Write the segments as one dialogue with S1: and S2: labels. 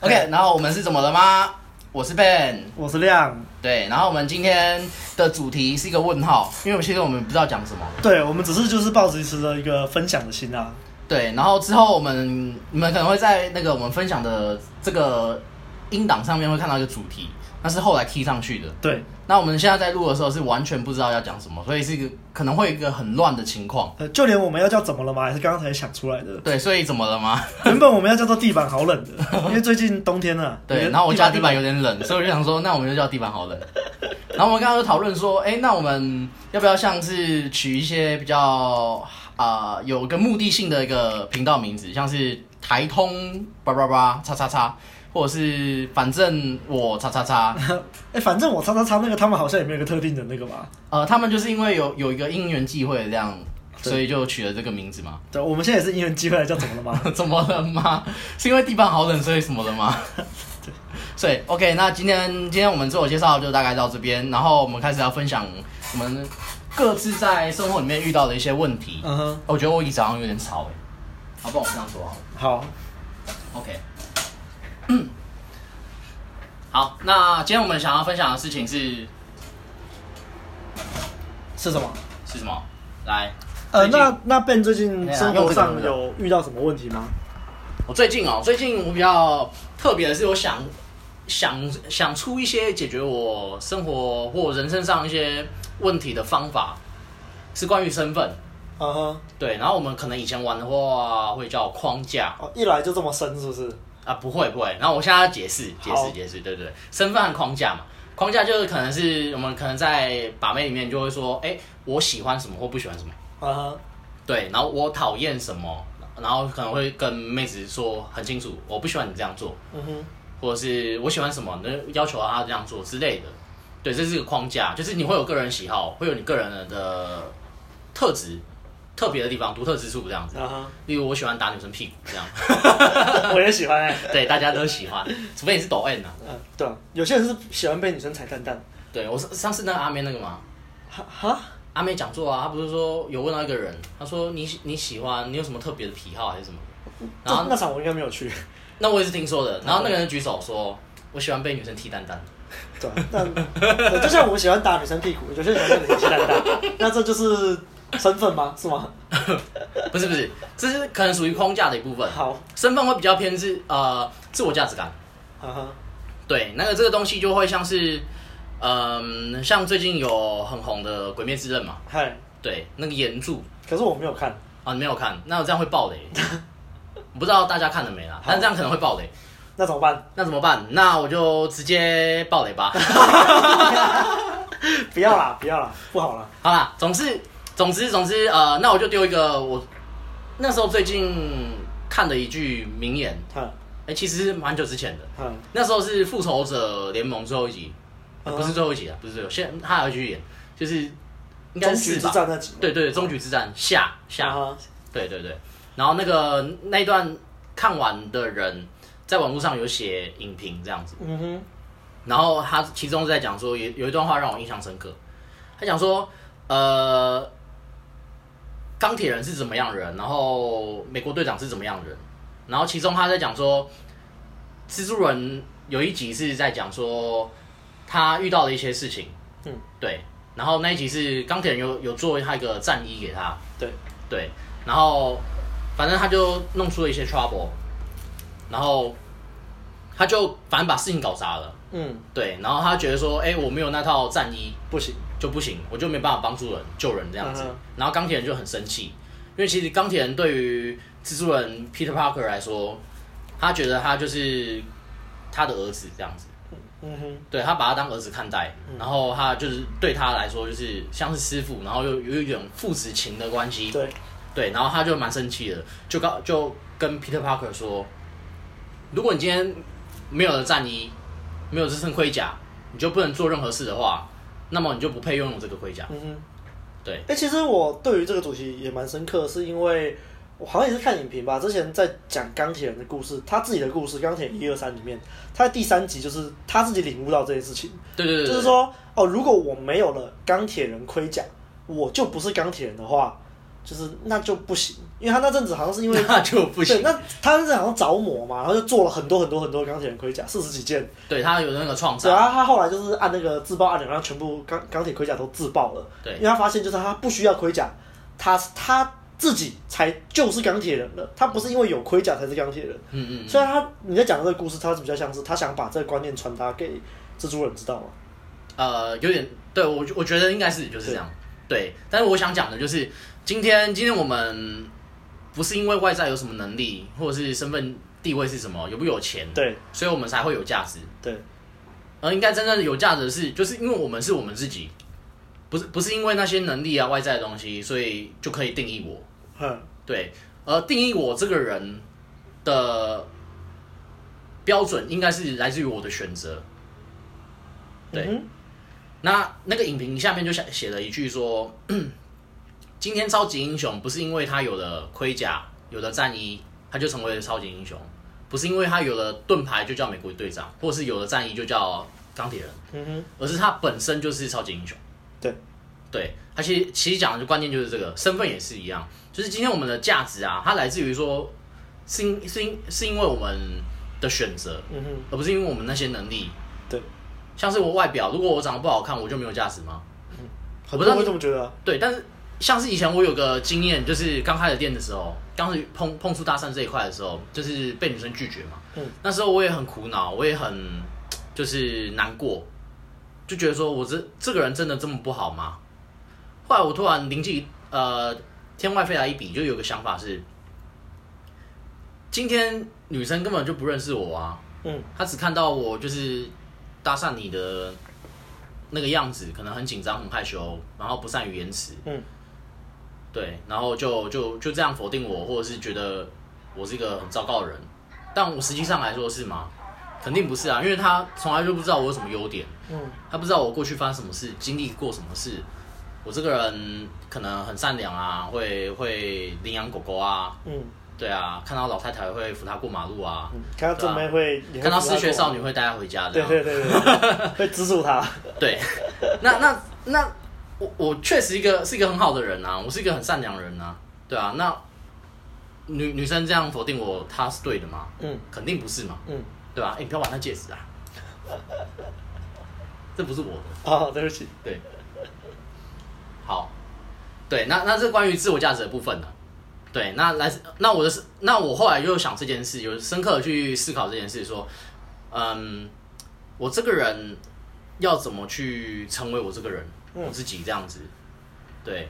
S1: OK，然后我们是怎么了吗？我是 Ben，
S2: 我是亮，
S1: 对，然后我们今天的主题是一个问号，因为其实我们不知道讲什么。
S2: 对我们只是就是抱着持着一个分享的心啊，
S1: 对，然后之后我们你们可能会在那个我们分享的这个音档上面会看到一个主题，那是后来 key 上去的。
S2: 对，
S1: 那我们现在在录的时候是完全不知道要讲什么，所以是一个可能会有一个很乱的情况。
S2: 呃，就连我们要叫怎么了吗，也是刚刚才想出来的。
S1: 对，所以怎么了吗？
S2: 原本我们要叫做地板好冷的， 因为最近冬天啊了、
S1: 对，
S2: 有
S1: 然后我家地板
S2: 有
S1: 有点冷，所以我就想说，那我们就叫地板好 冷。然后我们刚刚就讨论说，哎，那我们要不要像是取一些比较啊、呃有个目的性的一个频道名字，像是台通叭叭叭叉叉叉，或者是反正我叉叉叉。
S2: 哎、反正我叉叉叉那个他们好像也没有一个特定的那个吧。
S1: 呃，他们就是因为有有一个因缘际会这样，所以就取了这个名字嘛。
S2: 对，我们现在也是因缘机会来叫怎么 了吗？
S1: 怎么了吗？是因为地板好冷，所以什么了吗？ 所以 OK，那今天今天我们自我介绍就大概到这边，然后我们开始要分享我们各自在生活里面遇到的一些问题。哦
S2: 嗯哼，
S1: 我觉得我一直好像有点吵哎、欸，好，不然我这样说好了。
S2: 好，
S1: OK，好，那今天我们想要分享的事情是
S2: 是什么？
S1: 是什么？来，
S2: 呃，
S1: 最近
S2: 那那 Ben 最近
S1: 哎呀
S2: 生活
S1: 用
S2: 上
S1: 这个
S2: 有遇到什么问题吗？
S1: 我最近哦，最近我比较特别的是，我想想想出一些解决我生活或我人生上一些问题的方法，是关于身份。
S2: 嗯哼，
S1: 对，然后我们可能以前玩的话会叫框架
S2: 哦，一来就这么深是不是？
S1: 啊，不会不会。然后我现在要解释解
S2: 好
S1: 释解释，对对对，身份和框架嘛。框架就是可能是我们可能在把妹里面就会说，哎，我喜欢什么或不喜欢什么，
S2: 嗯哼，
S1: 对，然后我讨厌什么，然后可能会跟妹子说很清楚，我不喜欢你这样做，
S2: 嗯哼，
S1: 或者是我喜欢什么，那要求他这样做之类的。对，这是一个框架，就是你会有个人喜好，会有你个人的呃特质、特别的地方、独特之处这样子。
S2: 嗯哼，
S1: 例如，我喜欢打女生屁股这样，
S2: 我也喜欢哎、
S1: 对，大家都喜欢，除非你是抖 N 啊。
S2: 嗯，对啊，有些人是喜欢被女生踩蛋蛋。
S1: 对我上上次那个阿妹那个嘛，
S2: 哈哈，
S1: 阿妹讲座啊，她不是说有问到一个人，她说你喜你喜欢你有什么特别的癖好还是什么？然
S2: 这
S1: 后
S2: 那场我应该没有去。
S1: 那我也是听说的，然后那个人举手说，我喜欢被女生踢蛋蛋。
S2: 对 啊，那就像我喜欢打女生屁股，有些人喜欢被女生鸡蛋打，那这就是身份吗？是吗？
S1: 不是不是，这是可能属于框架的一部分，
S2: 好，
S1: 身份会比较偏是呃自我价值感。
S2: 嗯哼，
S1: 对，那个这个东西就会像是，嗯、像最近有很红的《鬼灭之刃》嘛，
S2: 嗨，
S1: 对，那个岩柱
S2: 可是我没有看，
S1: 啊，你没有看，那我这样会 爆雷，我不知道大家看了没啦，但这样可能会爆雷，
S2: 那怎么办？
S1: 那怎么办？那我就直接爆雷 吧。
S2: 不要啦，不要啦，不好啦。
S1: 好啦，总之，总之，总之，呃，那我就丢一个我那时候最近看的一句名言，
S2: 哼
S1: 哎、其实是蛮久之前的，
S2: 哼，
S1: 那时候是《复仇者联盟》最后一集，呃
S2: 嗯
S1: 不是最后一集啊，不是最后，现在他还要继续演，就是应该
S2: 终
S1: 是
S2: 局
S1: 四
S2: 之
S1: 吧？
S2: 战那集，
S1: 对对，终局之战下下，
S2: 啊，
S1: 对对对。然后那个那一段看完的人，在网络上有写影评这样子，
S2: 嗯哼，
S1: 然后他其中在讲说有有一段话让我印象深刻，他讲说呃，钢铁人是怎么样的人，然后美国队长是怎么样的人，然后其中他在讲说，蜘蛛人有一集是在讲说他遇到的一些事情，
S2: 嗯，
S1: 对，然后那一集是钢铁人有有做他一个战衣给他，
S2: 对，
S1: 对，然后反正他就弄出了一些 trouble，然后他就反正把事情搞砸了。
S2: 嗯，
S1: 对，然后他觉得说，哎、我没有那套战衣
S2: 不行，
S1: 就不行，我就没办法帮助人、救人这样子。
S2: 嗯哼
S1: 然后钢铁人就很生气，因为其实钢铁人对于蜘蛛人 Peter Parker 来说，他觉得他就是他的儿子这样子，
S2: 嗯哼，
S1: 对他把他当儿子看待，
S2: 嗯
S1: 然后他就是对他来说就是像是师傅，然后又有一种父子情的关系。
S2: 对，
S1: 对，然后他就蛮生气的，就告就跟 Peter Parker 说，如果你今天没有了战衣，没有这身盔甲，你就不能做任何事的话，那么你就不配拥有这个盔甲。
S2: 嗯哼，
S1: 对，
S2: 哎，其实我对于这个主题也蛮深刻，是因为。我好像也是看影评吧，之前在讲钢铁人的故事，他自己的故事，钢铁一二三里面，他在第三集就是他自己领悟到这件事情，
S1: 对对对对，
S2: 就是说，哦，如果我没有了钢铁人盔甲，我就不是钢铁人的话，就是那就不行，因为他那阵子好像是因为
S1: 那就不
S2: 对，
S1: 行。
S2: 那他那阵子好像着魔嘛，然后就做了很多很多很多钢铁人盔甲，四十几件。
S1: 对他有那个创
S2: 对
S1: 伤，
S2: 啊，他后来就是按那个自爆按钮，让全部钢钢铁盔甲都自爆了。
S1: 对
S2: 因为他发现就是他不需要盔甲，他他自己才就是钢铁人了，他不是因为有盔甲才是钢铁人。
S1: 嗯嗯，
S2: 虽然他你在讲的这个故事，他比较像是他想把这个观念传达给蜘蛛人知道嘛。
S1: 呃，有点对我我觉得应该是就是这样，对。但是我想讲的就是，今天今天我们不是因为外在有什么能力，或者是身份地位是什么，有不有钱，
S2: 对
S1: 所以我们才会有价值。
S2: 对
S1: 而呃应该真正的有价值的是，就是因为我们是我们自己，不是不是因为那些能力啊外在的东西，所以就可以定义我。
S2: 嗯，
S1: 对，而定义我这个人的标准应该是来自于我的选择。对
S2: 嗯
S1: 那那个影评下面就写写了一句说， 今天超级英雄不是因为他有了盔甲，有了战衣，他就成为了超级英雄，不是因为他有了盾牌就叫美国队长，或是有了战衣就叫钢铁人，
S2: 哼嗯哼，
S1: 而是他本身就是超级英雄。
S2: 对，
S1: 对，他其实其实讲的关键就是这个身份也是一样，就是今天我们的价值啊，它来自于说，是因是因是因为我们的选择，
S2: 嗯哼，
S1: 而不是因为我们那些能力。
S2: 对，
S1: 像是我外表，如果我长得不好看，我就没有价值吗？
S2: 很
S1: 不
S2: 多
S1: 知道
S2: 人会这么觉得啊、
S1: 对，但是像是以前我有个经验，就是刚开始店的时候，刚是碰碰触搭讪这一块的时候，就是被女生拒绝嘛。
S2: 嗯
S1: 那时候我也很苦恼，我也很就是难过，就觉得说我这这个人真的这么不好吗？后来我突然灵机呃天外飞来一笔，就有个想法是，今天女生根本就不认识我啊，
S2: 嗯
S1: 她只看到我就是搭讪你的那个样子，可能很紧张、很害羞，然后不善于言辞，
S2: 嗯
S1: 对，然后就就就这样否定我，或者是觉得我是一个很糟糕的人。但我实际上来说是吗？肯定不是啊，因为他从来就不知道我有什么优点，
S2: 嗯
S1: 他不知道我过去发生什么事，经历过什么事。我这个人可能很善良啊，会会领养狗狗啊，
S2: 嗯
S1: 对啊，看到老太太会扶她过马路啊，
S2: 嗯，看到正妹会，你会
S1: 看到
S2: 扶她
S1: 失学
S2: 过
S1: 少女会带她回家这
S2: 对
S1: 样。
S2: 对 对对，会资助他。
S1: 对， 那那那我我确实一个是一个很好的人啊，我是一个很善良的人啊，对啊，那女女生这样否定我，她是对的吗？
S2: 嗯
S1: 肯定不是嘛，
S2: 嗯，
S1: 对吧、啊？哎、你不要玩那戒指啊， 这不是我的，
S2: 哦，对不起，
S1: 对，好，对，那那是关于自我价值的部分呢、对，那来自那我的是，那我后来就想这件事，有深刻的去思考这件事，说，嗯，我这个人要怎么去成为我这个人，
S2: 嗯
S1: 我自己这样子，对，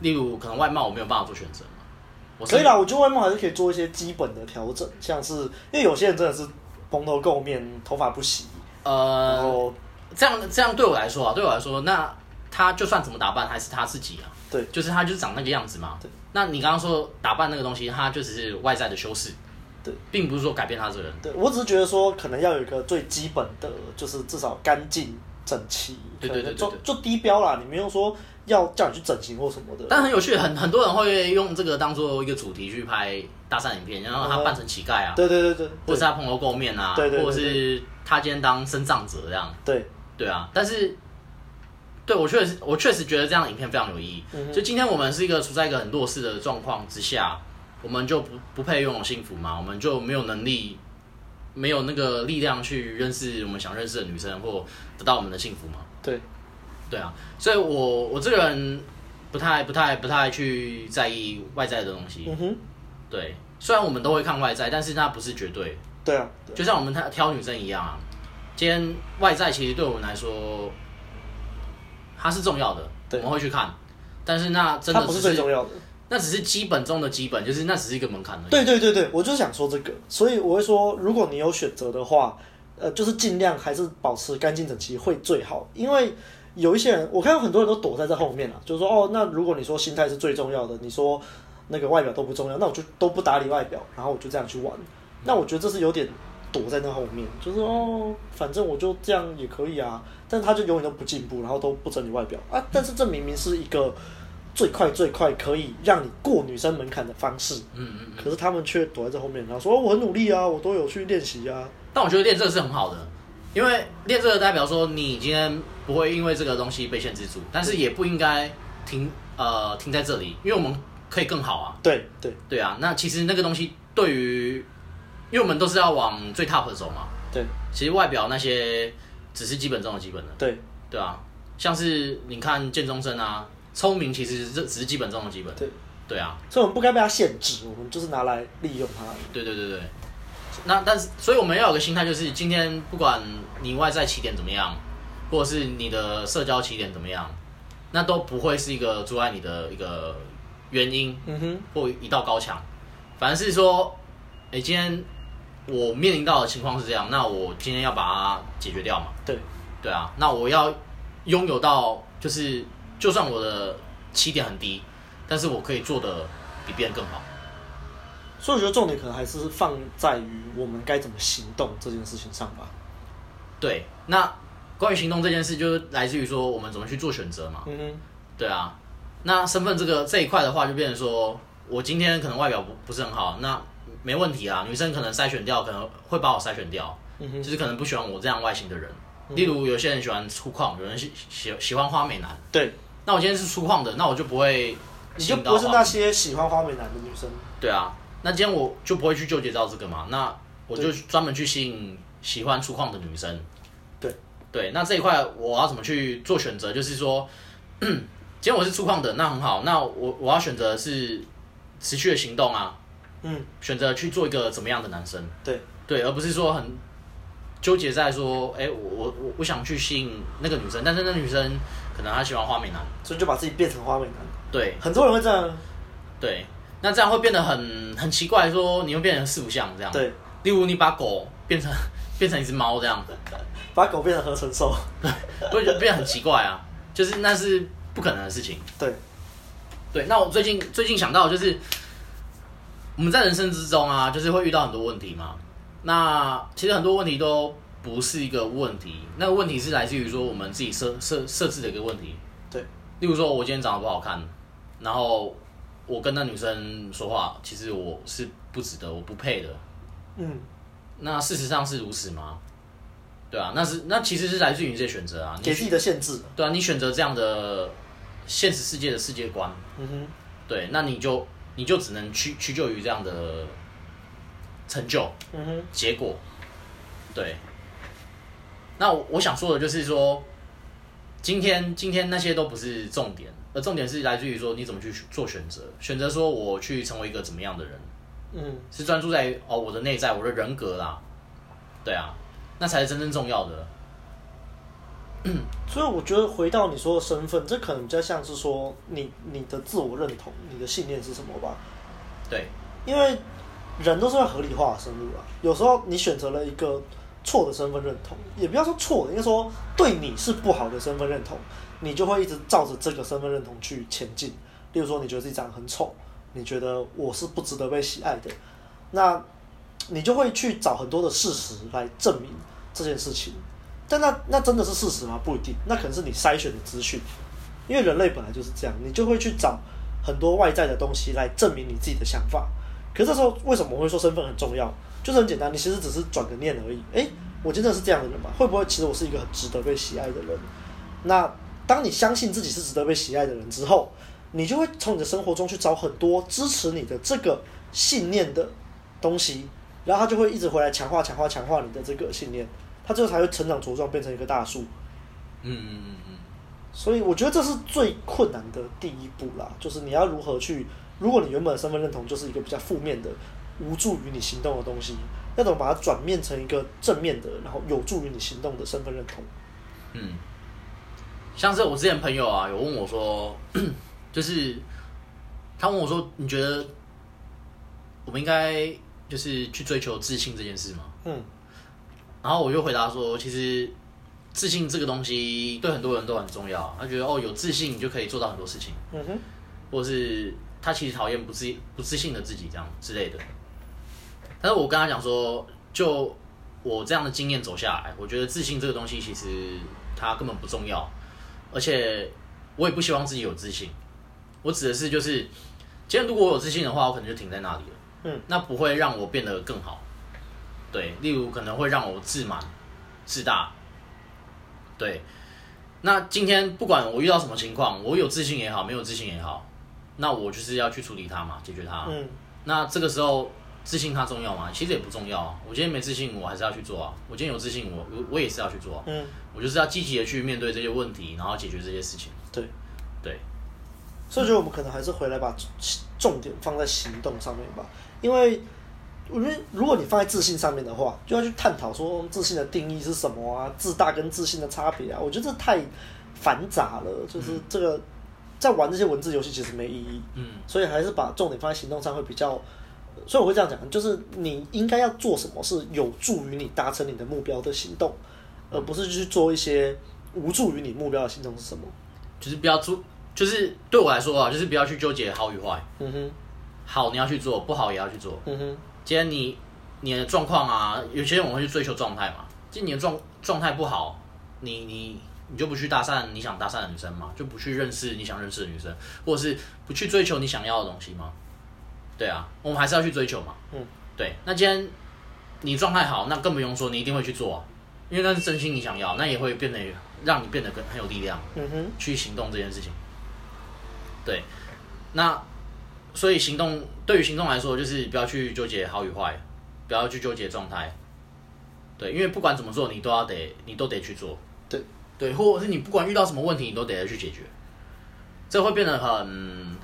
S1: 例如可能外貌我没有办法做选择嘛，我是
S2: 可以啦，我觉得外貌还是可以做一些基本的调整，像是因为有些人真的是蓬头垢面，头发不洗，然
S1: 呃，
S2: 后
S1: 这样这样对我来说啊，对我来说，那他就算怎么打扮，还是他自己啊，
S2: 对
S1: 就是他就是长那个样子嘛
S2: 对。
S1: 那你刚刚说打扮那个东西，它就只是外在的修饰，
S2: 对，
S1: 并不是说改变他这个人。
S2: 对我只是觉得说可能要有一个最基本的，就是至少干净整齐，
S1: 对
S2: 可能
S1: 对对
S2: 就
S1: 对
S2: 就低标啦，你没有说要叫你去整形或什么的。
S1: 但很有趣，很很多人会用这个当做一个主题去拍搭讪影片，然后他扮成乞丐啊，
S2: 对对对对，
S1: 或者是他蓬头垢面啊，
S2: 对对对
S1: 或者是他今天当身障者这样，
S2: 对，
S1: 对啊。但是，对我确实我确实觉得这样的影片非常有意义。
S2: 嗯哼
S1: 就今天我们是一个处在一个很弱势的状况之下，我们就不不配拥有幸福嘛，我们就没有能力，没有那个力量去认识我们想认识的女生或得到我们的幸福嘛。
S2: 对，
S1: 对啊，所以我我这个人不太不太不太去在意外在的东西。
S2: 嗯哼，
S1: 对，虽然我们都会看外在，但是那不是绝对。
S2: 对啊，对
S1: 就像我们挑挑女生一样啊，今天外在其实对我们来说，它是重要的，我
S2: 对
S1: 们会去看。但是那真
S2: 它
S1: 的
S2: 不
S1: 只
S2: 是最重要的。
S1: 那只是基本中的基本，就是那只是一个门槛而已。
S2: 对对对对，我就想说这个，所以我会说，如果你有选择的话，呃，就是尽量还是保持干净整齐会最好，因为有一些人，我看到很多人都躲在这后面了，就是说哦，那如果你说心态是最重要的，你说那个外表都不重要，那我就都不打理外表，然后我就这样去玩，
S1: 嗯
S2: 那我觉得这是有点躲在那后面，就是哦，反正我就这样也可以啊，但他就永远都不进步，然后都不整理外表啊，但是这明明是一个。最快最快可以让你过女生门槛的方式，
S1: 嗯嗯。
S2: 可是他们却躲在这后面，然后说、哦我很努力啊，我都有去练习啊。
S1: 但我觉得练这个是很好的，因为练这个代表说你今天不会因为这个东西被限制住，但是也不应该停呃停在这里，因为我们可以更好啊。
S2: 对对
S1: 对啊，那其实那个东西对于，因为我们都是要往最 top 的走嘛。
S2: 对
S1: 其实外表那些只是基本中的基本的，
S2: 对
S1: 对啊，像是你看建中生啊，聪明其实这只是基本中的基本，
S2: 对，
S1: 对啊，
S2: 所以我们不该被它限制，我们就是拿来利用它。
S1: 对对对对。那但是，所以我们要有个心态，就是今天不管你外在起点怎么样，或者是你的社交起点怎么样，那都不会是一个阻碍你的一个原因
S2: 嗯哼，
S1: 或一道高墙。反而是说，哎、今天我面临到的情况是这样，那我今天要把它解决掉嘛。
S2: 对
S1: 对啊，那我要拥有到，就是就算我的起点很低，但是我可以做的比别人更好。
S2: 所以我觉得重点可能还是放在于我们该怎么行动这件事情上吧。
S1: 对，那关于行动这件事，就是来自于说我们怎么去做选择嘛。
S2: 嗯哼，
S1: 对啊，那身份这个这一块的话，就变成说我今天可能外表不不是很好，那没问题啊。女生可能筛选掉，可能会把我筛选掉，
S2: 嗯
S1: 就
S2: 哼，
S1: 是可能不喜欢我这样外形的人。
S2: 嗯
S1: 例如有些人喜欢粗犷，有人喜喜喜欢花美男。
S2: 对，
S1: 那我今天是粗犷的，那我就不会
S2: 你
S1: 吸
S2: 就
S1: 引到
S2: 不是
S1: 花
S2: 那些喜欢花美男的女生。
S1: 对啊，那今天我就不会去纠结到这个嘛，那我就
S2: 对
S1: 专门去吸引喜欢粗犷的女生。
S2: 对
S1: 对，那这一块我要怎么去做选择？就是说， 今天我是粗犷的，那很好，那我我要选择是持续的行动啊，
S2: 嗯，
S1: 选择去做一个怎么样的男生？
S2: 对
S1: 对，而不是说很纠结在说，哎、我我我我想去吸引那个女生，但是那女生可能她喜欢花美男。
S2: 所以就把自己变成花美男。
S1: 对
S2: 很多人会这样，
S1: 对，那这样会变得很很奇怪，说你会变成四不像这样。
S2: 对，
S1: 例如你把狗变成 变成一只猫这样，
S2: 把狗变成合成兽。
S1: 我就觉得变得很奇怪啊，就是那是不可能的事情。
S2: 对，
S1: 对，那我最近最近想到的就是，我们在人生之中啊，就是会遇到很多问题嘛。那其实很多问题都不是一个问题，那个问题是来自于说我们自己设设设置的一个问题。
S2: 对，
S1: 例如说我今天长得不好看，然后我跟那女生说话，其实我是不值得，我不配的。
S2: 嗯，
S1: 那事实上是如此吗？对啊，那是那其实是来自于你自己的选择啊，你
S2: 给自己的限制。
S1: 对啊，你选择这样的现实世界的世界观，
S2: 嗯哼，
S1: 对，那你就你就只能屈屈就于这样的成就
S2: 嗯哼，
S1: 结果，对。那我我想说的就是说，今天今天那些都不是重点，而重点是来自于说你怎么去做选择，选择说我去成为一个怎么样的人，
S2: 嗯，
S1: 是专注在于哦我的内在，我的人格啦，对啊，那才是真正重要的。
S2: 所以我觉得回到你说的身份，这可能比较像是说你你的自我认同，你的信念是什么吧？
S1: 对
S2: 因为人都是会合理化的生物啊，有时候你选择了一个错的身份认同，也不要说错的，应该说对你是不好的身份认同，你就会一直照着这个身份认同去前进。例如说，你觉得自己长得很丑，你觉得我是不值得被喜爱的，那你就会去找很多的事实来证明这件事情。但那那真的是事实吗？不一定，那可能是你筛选的资讯。因为人类本来就是这样，你就会去找很多外在的东西来证明你自己的想法。可是这时候为什么我会说身份很重要？就是很简单，你其实只是转个念而已。诶，我真的是这样的人吗？会不会其实我是一个很值得被喜爱的人？那当你相信自己是值得被喜爱的人之后，你就会从你的生活中去找很多支持你的这个信念的东西，然后它就会一直回来强化、强化、强化你的这个信念，它最后才会成长茁壮，变成一棵大树。
S1: 嗯嗯嗯嗯，
S2: 所以我觉得这是最困难的第一步啦，就是你要如何去，如果你原本的身份认同就是一个比较负面的、无助于你行动的东西，要怎么把它转变成一个正面的，然后有助于你行动的身份认同？
S1: 嗯，像是我之前朋友啊，有问我说， 就是他问我说，你觉得我们应该就是去追求自信这件事吗？
S2: 嗯
S1: 然后我就回答说，其实自信这个东西对很多人都很重要啊。他觉得哦，有自信你就可以做到很多事情，
S2: 嗯哼，
S1: 或是他其实讨厌不自不自信的自己这样之类的。但是我跟他讲说，就我这样的经验走下来，我觉得自信这个东西其实它根本不重要，而且我也不希望自己有自信。我指的是就是，今天如果我有自信的话，我可能就停在那里了。
S2: 嗯，
S1: 那不会让我变得更好。对，例如可能会让我自满、自大。对，那今天不管我遇到什么情况，我有自信也好，没有自信也好，那我就是要去处理它嘛，解决它。
S2: 嗯，
S1: 那这个时候自信它重要吗？其实也不重要啊。我今天没自信，我还是要去做啊。我今天有自信，我我我也是要去做啊。
S2: 嗯，
S1: 我就是要积极的去面对这些问题，然后解决这些事情。
S2: 对，
S1: 对，
S2: 所以我觉得我们可能还是回来把重点放在行动上面吧，因为我觉得如果你放在自信上面的话，就要去探讨说自信的定义是什么啊，自大跟自信的差别啊，我觉得这太繁杂了，就是这个、在玩这些文字游戏其实没意义，
S1: 嗯
S2: 所以还是把重点放在行动上会比较。所以我会这样讲，就是你应该要做什么是有助于你达成你的目标的行动，而不是去做一些无助于你目标的行动是什么。
S1: 就是不要出，就是对我来说啊，就是不要去纠结好与坏。
S2: 嗯哼，
S1: 好你要去做，不好也要去做。
S2: 嗯哼。
S1: 今天你你的状况啊，有些人我会去追求状态嘛。今天你的状状态不好，你你你就不去搭讪你想搭讪的女生嘛，就不去认识你想认识的女生，或者是不去追求你想要的东西嘛。对啊，我们还是要去追求嘛。
S2: 嗯，
S1: 对。那今天你状态好，那更不用说，你一定会去做、啊，因为那是真心你想要，那也会变得让你变得更很有力量。
S2: 嗯哼，
S1: 去行动这件事情。对，那所以行动对于行动来说，就是不要去纠结好与坏，不要去纠结状态。对，因为不管怎么做，你都要得，你都得去做。
S2: 对
S1: 对，或者是你不管遇到什么问题，你都得去解决。这会变得很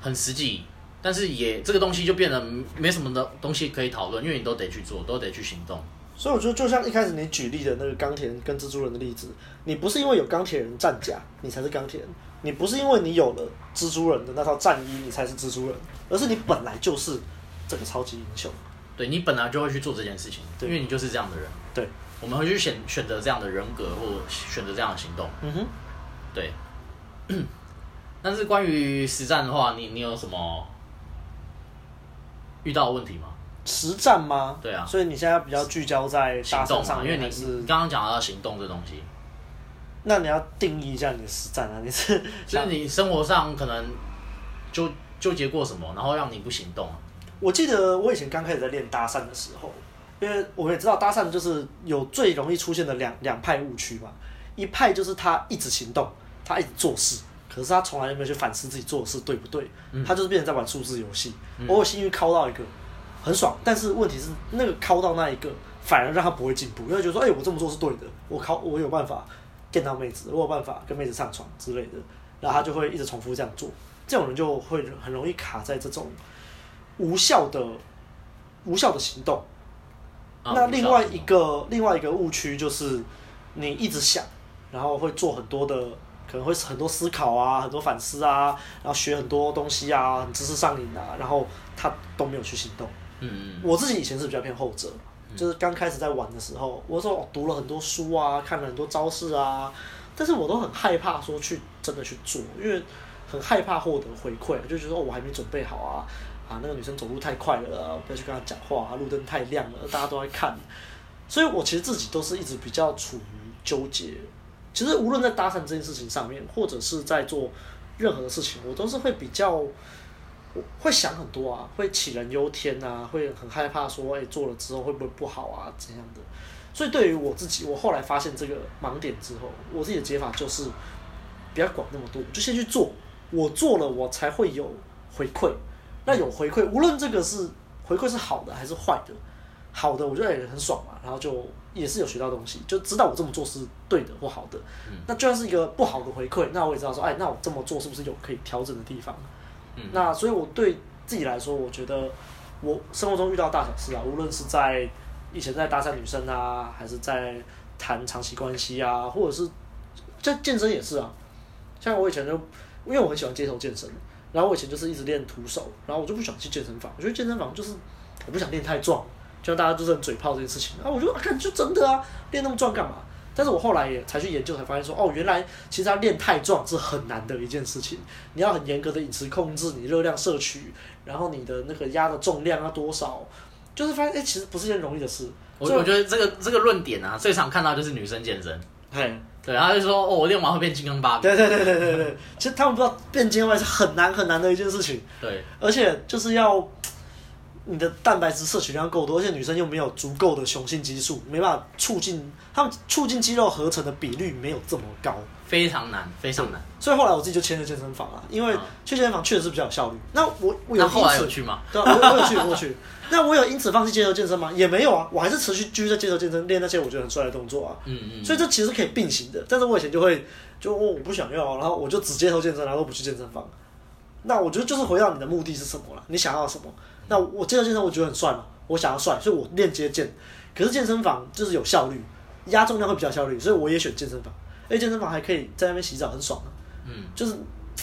S1: 很实际，但是也这个东西就变得没什么的东西可以讨论，因为你都得去做，都得去行动。
S2: 所以我觉得就像一开始你举例的那个钢铁人跟蜘蛛人的例子，你不是因为有钢铁人战甲你才是钢铁人，你不是因为你有了蜘蛛人的那套战衣你才是蜘蛛人，而是你本来就是这个超级英雄。
S1: 对你本来就会去做这件事情，
S2: 对
S1: 因为你就是这样的人。
S2: 对，
S1: 我们会去选选择这样的人格或选择这样的行动。
S2: 嗯哼，
S1: 对， 但是关于实战的话，你你有什么遇到的问题吗？
S2: 实战吗？
S1: 对啊
S2: 所以你现在比较聚焦在
S1: 行
S2: 搭讪
S1: 动
S2: 上
S1: 嘛，因为
S2: 面，
S1: 你
S2: 还是
S1: 你刚刚讲到行动这东西，
S2: 那你要定义一下你的实战啊？你是
S1: 就是你生活上可能纠纠结过什么，然后让你不行动啊。
S2: 我记得我以前刚开始在练搭讪的时候，因为我们也知道搭讪就是有最容易出现的两两派误区嘛，一派就是他一直行动，他一直做事，可是他从来没有去反思自己做的事对不对，他就是变成在玩数字游戏，偶尔幸运敲到一个很爽，但是问题是那个敲到那一个反而让他不会进步，因为觉得说，哎、我这么做是对的，我敲我有办法见到妹子，我有办法跟妹子上床之类的，然后他就会一直重复这样做，这种人就会很容易卡在这种。无效的无效的行动。
S1: 啊
S2: 那另外一，个另外一个误区就是，你一直想，然后会做很多的，可能会很多思考啊，很多反思啊，然后学很多东西啊，很知识上瘾啊，然后他都没有去行动。
S1: 嗯嗯
S2: 我自己以前是比较偏后者，就是刚开始在玩的时候，我说我读了很多书啊，看了很多招式啊，但是我都很害怕说去真的去做，因为很害怕获得回馈，就觉得、哦、我还没准备好啊，啊那个女生走路太快了啊，不要去跟她讲话啊，路灯太亮了，大家都在看，所以我其实自己都是一直比较处于纠结。其实无论在搭讪这件事情上面，或者是在做任何的事情，我都是会比较。我会想很多啊，会杞人忧天啊，会很害怕说，哎、做了之后会不会不好啊，怎样的？所以对于我自己，我后来发现这个盲点之后，我自己的解法就是，不要管那么多，嗯就先去做。我做了，我才会有回馈。那有回馈，无论这个是回馈是好的还是坏的，好的我觉得也很爽啊嘛，然后就也是有学到东西，就知道我这么做是对的或好的。那就算是一个不好的回馈，那我也知道说，哎，那我这么做是不是有可以调整的地方？
S1: 嗯
S2: 那所以我对自己来说，我觉得我生活中遇到大小事啊，无论是在以前在搭讪女生啊，还是在谈长期关系啊，或者是这健身也是啊。像我以前就，因为我很喜欢街头健身，然后我以前就是一直练徒手，然后我就不想去健身房，我觉得健身房就是我不想练太壮，就像大家都是很嘴炮这件事情，然后我就啊，看就真的啊，练那么壮干嘛？但是我后来也才去研究，才发现说，哦，原来其实他练太壮是很难的一件事情。你要很严格的饮食控制，你热量摄取，然后你的那个压的重量要多少，就是发现哎、其实不是一件容易的事。
S1: 我
S2: 所以
S1: 我觉得这个这个论点啊，最常看到就是女生健身，
S2: 嘿，
S1: 对，她就说哦，我练完会变金刚芭比，
S2: 对对对对对对，其实他们不知道变健外是很难很难的一件事情，
S1: 对，
S2: 而且就是要你的蛋白质摄取量够多，而且女生又没有足够的雄性激素，没办法促进她们促进肌肉合成的比率没有这么高。
S1: 非常难，非常难。
S2: 所以后来我自己就签了健身房了，因为
S1: 嗯
S2: 去健身房确实是比较有效率。那我我有
S1: 那
S2: 因
S1: 后来
S2: 此
S1: 有去吗？
S2: 对啊，我我有去，我有去。那我有因此放弃接受健身吗？也没有啊，我还是持续继续在接受健身，练那些我觉得很帅的动作啊。
S1: 嗯嗯，
S2: 所以这其实可以并行的。但是我以前就会就我我不想要，然后我就只接受健身，然后都不去健身房。那我觉得就是回到你的目的是什么了，你想要什么？那我接受健身，我觉得很帅嘛，我想要帅，所以我练接健。可是健身房就是有效率，压重量会比较效率，所以我也选健身房。而且健身房还可以在那边洗澡，很爽啊。
S1: 嗯，
S2: 就是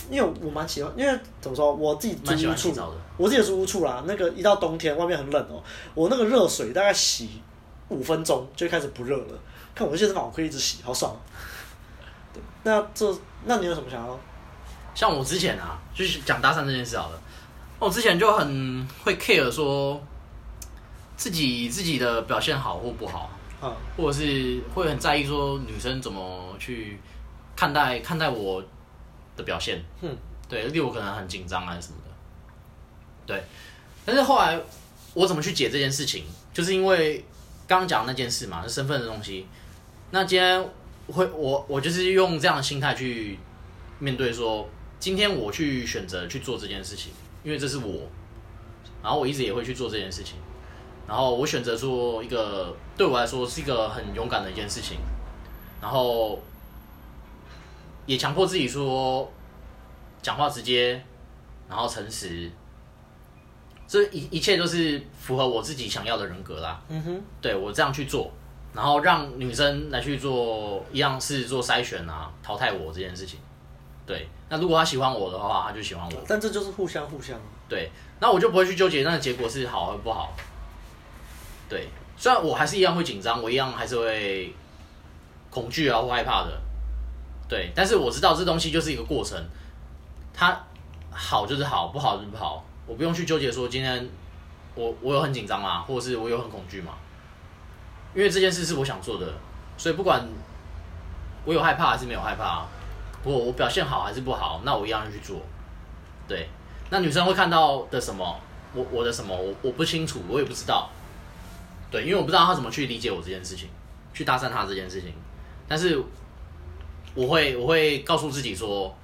S2: 因为我蛮喜欢，因为怎么说，我自己租
S1: 蛮喜
S2: 屋
S1: 欢
S2: 处
S1: 洗，澡的。
S2: 我自己的租屋处啦，那个一到冬天外面很冷哦、我那个热水大概洗五分钟就开始不热了。看我的健身房，我可以一直洗，好爽、啊。对，那这那你有什么想要？
S1: 像我之前啊，就是讲搭讪这件事好了。我之前就很会 care 说自己自己的表现好或不好，
S2: 啊，
S1: 或者是会很在意说女生怎么去看待看待我的表现。
S2: 嗯，
S1: 对，例如我可能很紧张啊什么的。对，但是后来我怎么去解这件事情，就是因为刚刚讲的那件事嘛，是身份的东西。那今天会我我就是用这样的心态去面对说，今天我去选择去做这件事情，因为这是我，然后我一直也会去做这件事情。然后我选择做一个对我来说是一个很勇敢的一件事情，然后也强迫自己说讲话直接，然后诚实，这一一切都是符合我自己想要的人格啦。
S2: 嗯哼，
S1: 对我这样去做，然后让女生来去做一样是做筛选啊，淘汰我这件事情。对，那如果她喜欢我的话，她就喜欢我。
S2: 但这就是互相互相啊。
S1: 对，那我就不会去纠结那个结果是好和不好。对，虽然我还是一样会紧张，我一样还是会恐惧啊或害怕的。对，但是我知道这东西就是一个过程，它好就是好，不好就是不好，我不用去纠结说今天我我有很紧张嘛，或者是我有很恐惧嘛，因为这件事是我想做的，所以不管我有害怕还是没有害怕，我我表现好还是不好，那我一样要去做。对，那女生会看到的什么？我我的什么？我我不清楚，我也不知道。对，因为我不知道她怎么去理解我这件事情，去搭讪她这件事情。但是我会我会告诉自己说，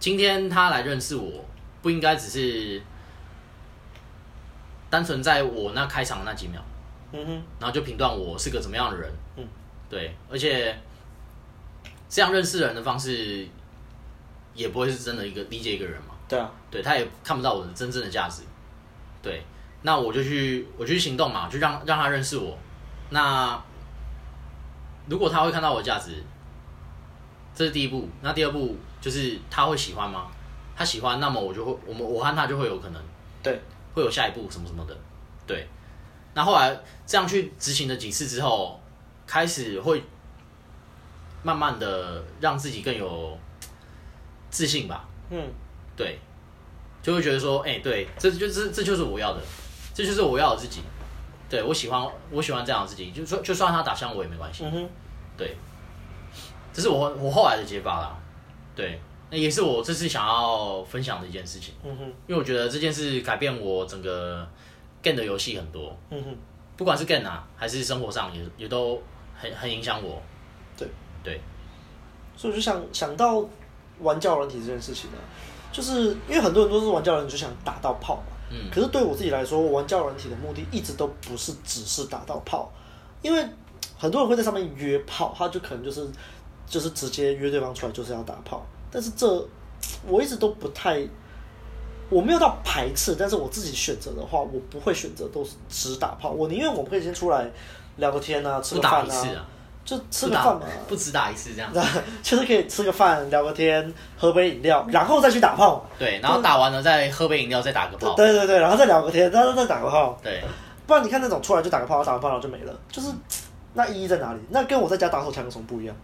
S1: 今天她来认识我，不应该只是单纯在我那开场的那几秒，
S2: 嗯哼，
S1: 然后就评断我是个怎么样的人。
S2: 嗯，
S1: 对，而且这样认识人的方式，也不会是真的一个理解一个人嘛。
S2: 对啊，
S1: 对他也看不到我的真正的价值。对，那我就去我就去行动嘛，就让让他认识我。那如果他会看到我的价值，这是第一步。那第二步就是他会喜欢吗？他喜欢，那么我就会我们我和他就会有可能
S2: 对，
S1: 会有下一步什么什么的。对，那后来这样去执行了几次之后，开始会慢慢的让自己更有自信吧。
S2: 嗯，
S1: 对，就会觉得说，哎、对，这就这这就是我要的，这就是我要的自己。对我喜欢我喜欢这样的自己，就算就算他打枪我也没关系。
S2: 嗯哼，
S1: 对，这是我我后来的解法啦。对，那也是我这次想要分享的一件事情，
S2: 嗯哼，
S1: 因为我觉得这件事改变我整个 game 的游戏很多，
S2: 嗯哼，
S1: 不管是 game 啊，还是生活上也也都很很影响我。
S2: 对
S1: 对，
S2: 所以我就想想到玩教软体这件事情呢、啊就是因为很多人都是玩教人就想打到炮嘛。
S1: 嗯
S2: 可是对我自己来说，我玩教软体的目的一直都不是只是打到炮，因为很多人会在上面约炮，他就可能就是就是直接约对方出来就是要打炮，但是这我一直都不太。我没有到排斥，但是我自己选择的话，我不会选择都是只打炮，我宁愿我们可以先出来聊个天啊，吃
S1: 不
S2: 个
S1: 打
S2: 饭
S1: 一次啊，
S2: 就吃
S1: 不
S2: 个
S1: 打
S2: 饭嘛，
S1: 不只打一次这样。
S2: 就是可以吃个饭、聊个天、喝杯饮料，然后再去打炮。
S1: 对，然后打完了再喝杯饮料，再打个炮。
S2: 对对对，然后再聊个天，然后再打个炮。
S1: 对，
S2: 不然你看那种出来就打个炮，打完炮然后就没了，就是那意义在哪里？那跟我在家打手枪有什么不一样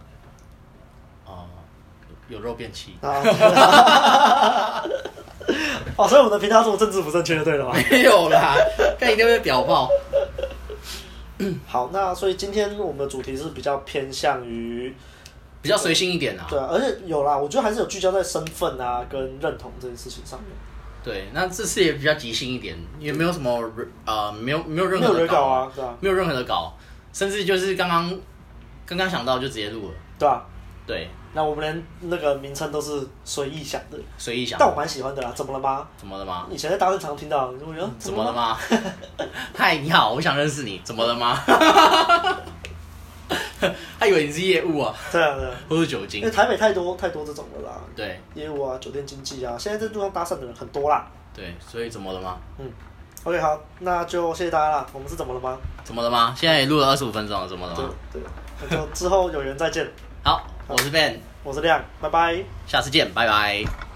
S1: 哦，有肉便器。
S2: 啊？哦，所以我们的频道这么政治不正确就对了嘛。
S1: 没有 啦，看一定会表爆。
S2: 好，那所以今天我们的主题是比较偏向于
S1: 比较随性一点啦。
S2: 啊对啊，而且有啦，我觉得还是有聚焦在身份啊跟认同这件事情上面。
S1: 对，那这次也比较即兴一点，也没有什么呃，没有没有任
S2: 没
S1: 何
S2: 有
S1: 的
S2: 人搞
S1: 稿，
S2: 啊，对啊，
S1: 没有任何的稿，甚至就是刚刚刚刚想到就直接录了，
S2: 对啊。
S1: 对，
S2: 那我们连那个名称都是随意想的，
S1: 随意想
S2: 但，我蛮喜欢的啦。怎么了吗？
S1: 怎么了吗？
S2: 以前在大正常听到，我觉得
S1: 嗯怎么了？吗？ 嗨，你好，我想认识你，怎么了吗？ 他以为你是业务啊，
S2: 对啊对啊，
S1: 或是酒
S2: 因
S1: 精
S2: 为，台北太多太多这种的啦，
S1: 对
S2: 业务啊、酒店经济啊，现在在路上搭讪的人很多啦。嗯
S1: 对，所以怎么了吗？
S2: OK，好，那就谢谢大家啦。我们是怎么了吗？
S1: 怎么了吗？现在也录了二十五分钟了，怎么了
S2: 对
S1: 吗？
S2: 对，那就之后有缘再见。
S1: 好，我是 Ben，
S2: 我是亮，拜拜。
S1: 下次见，拜拜。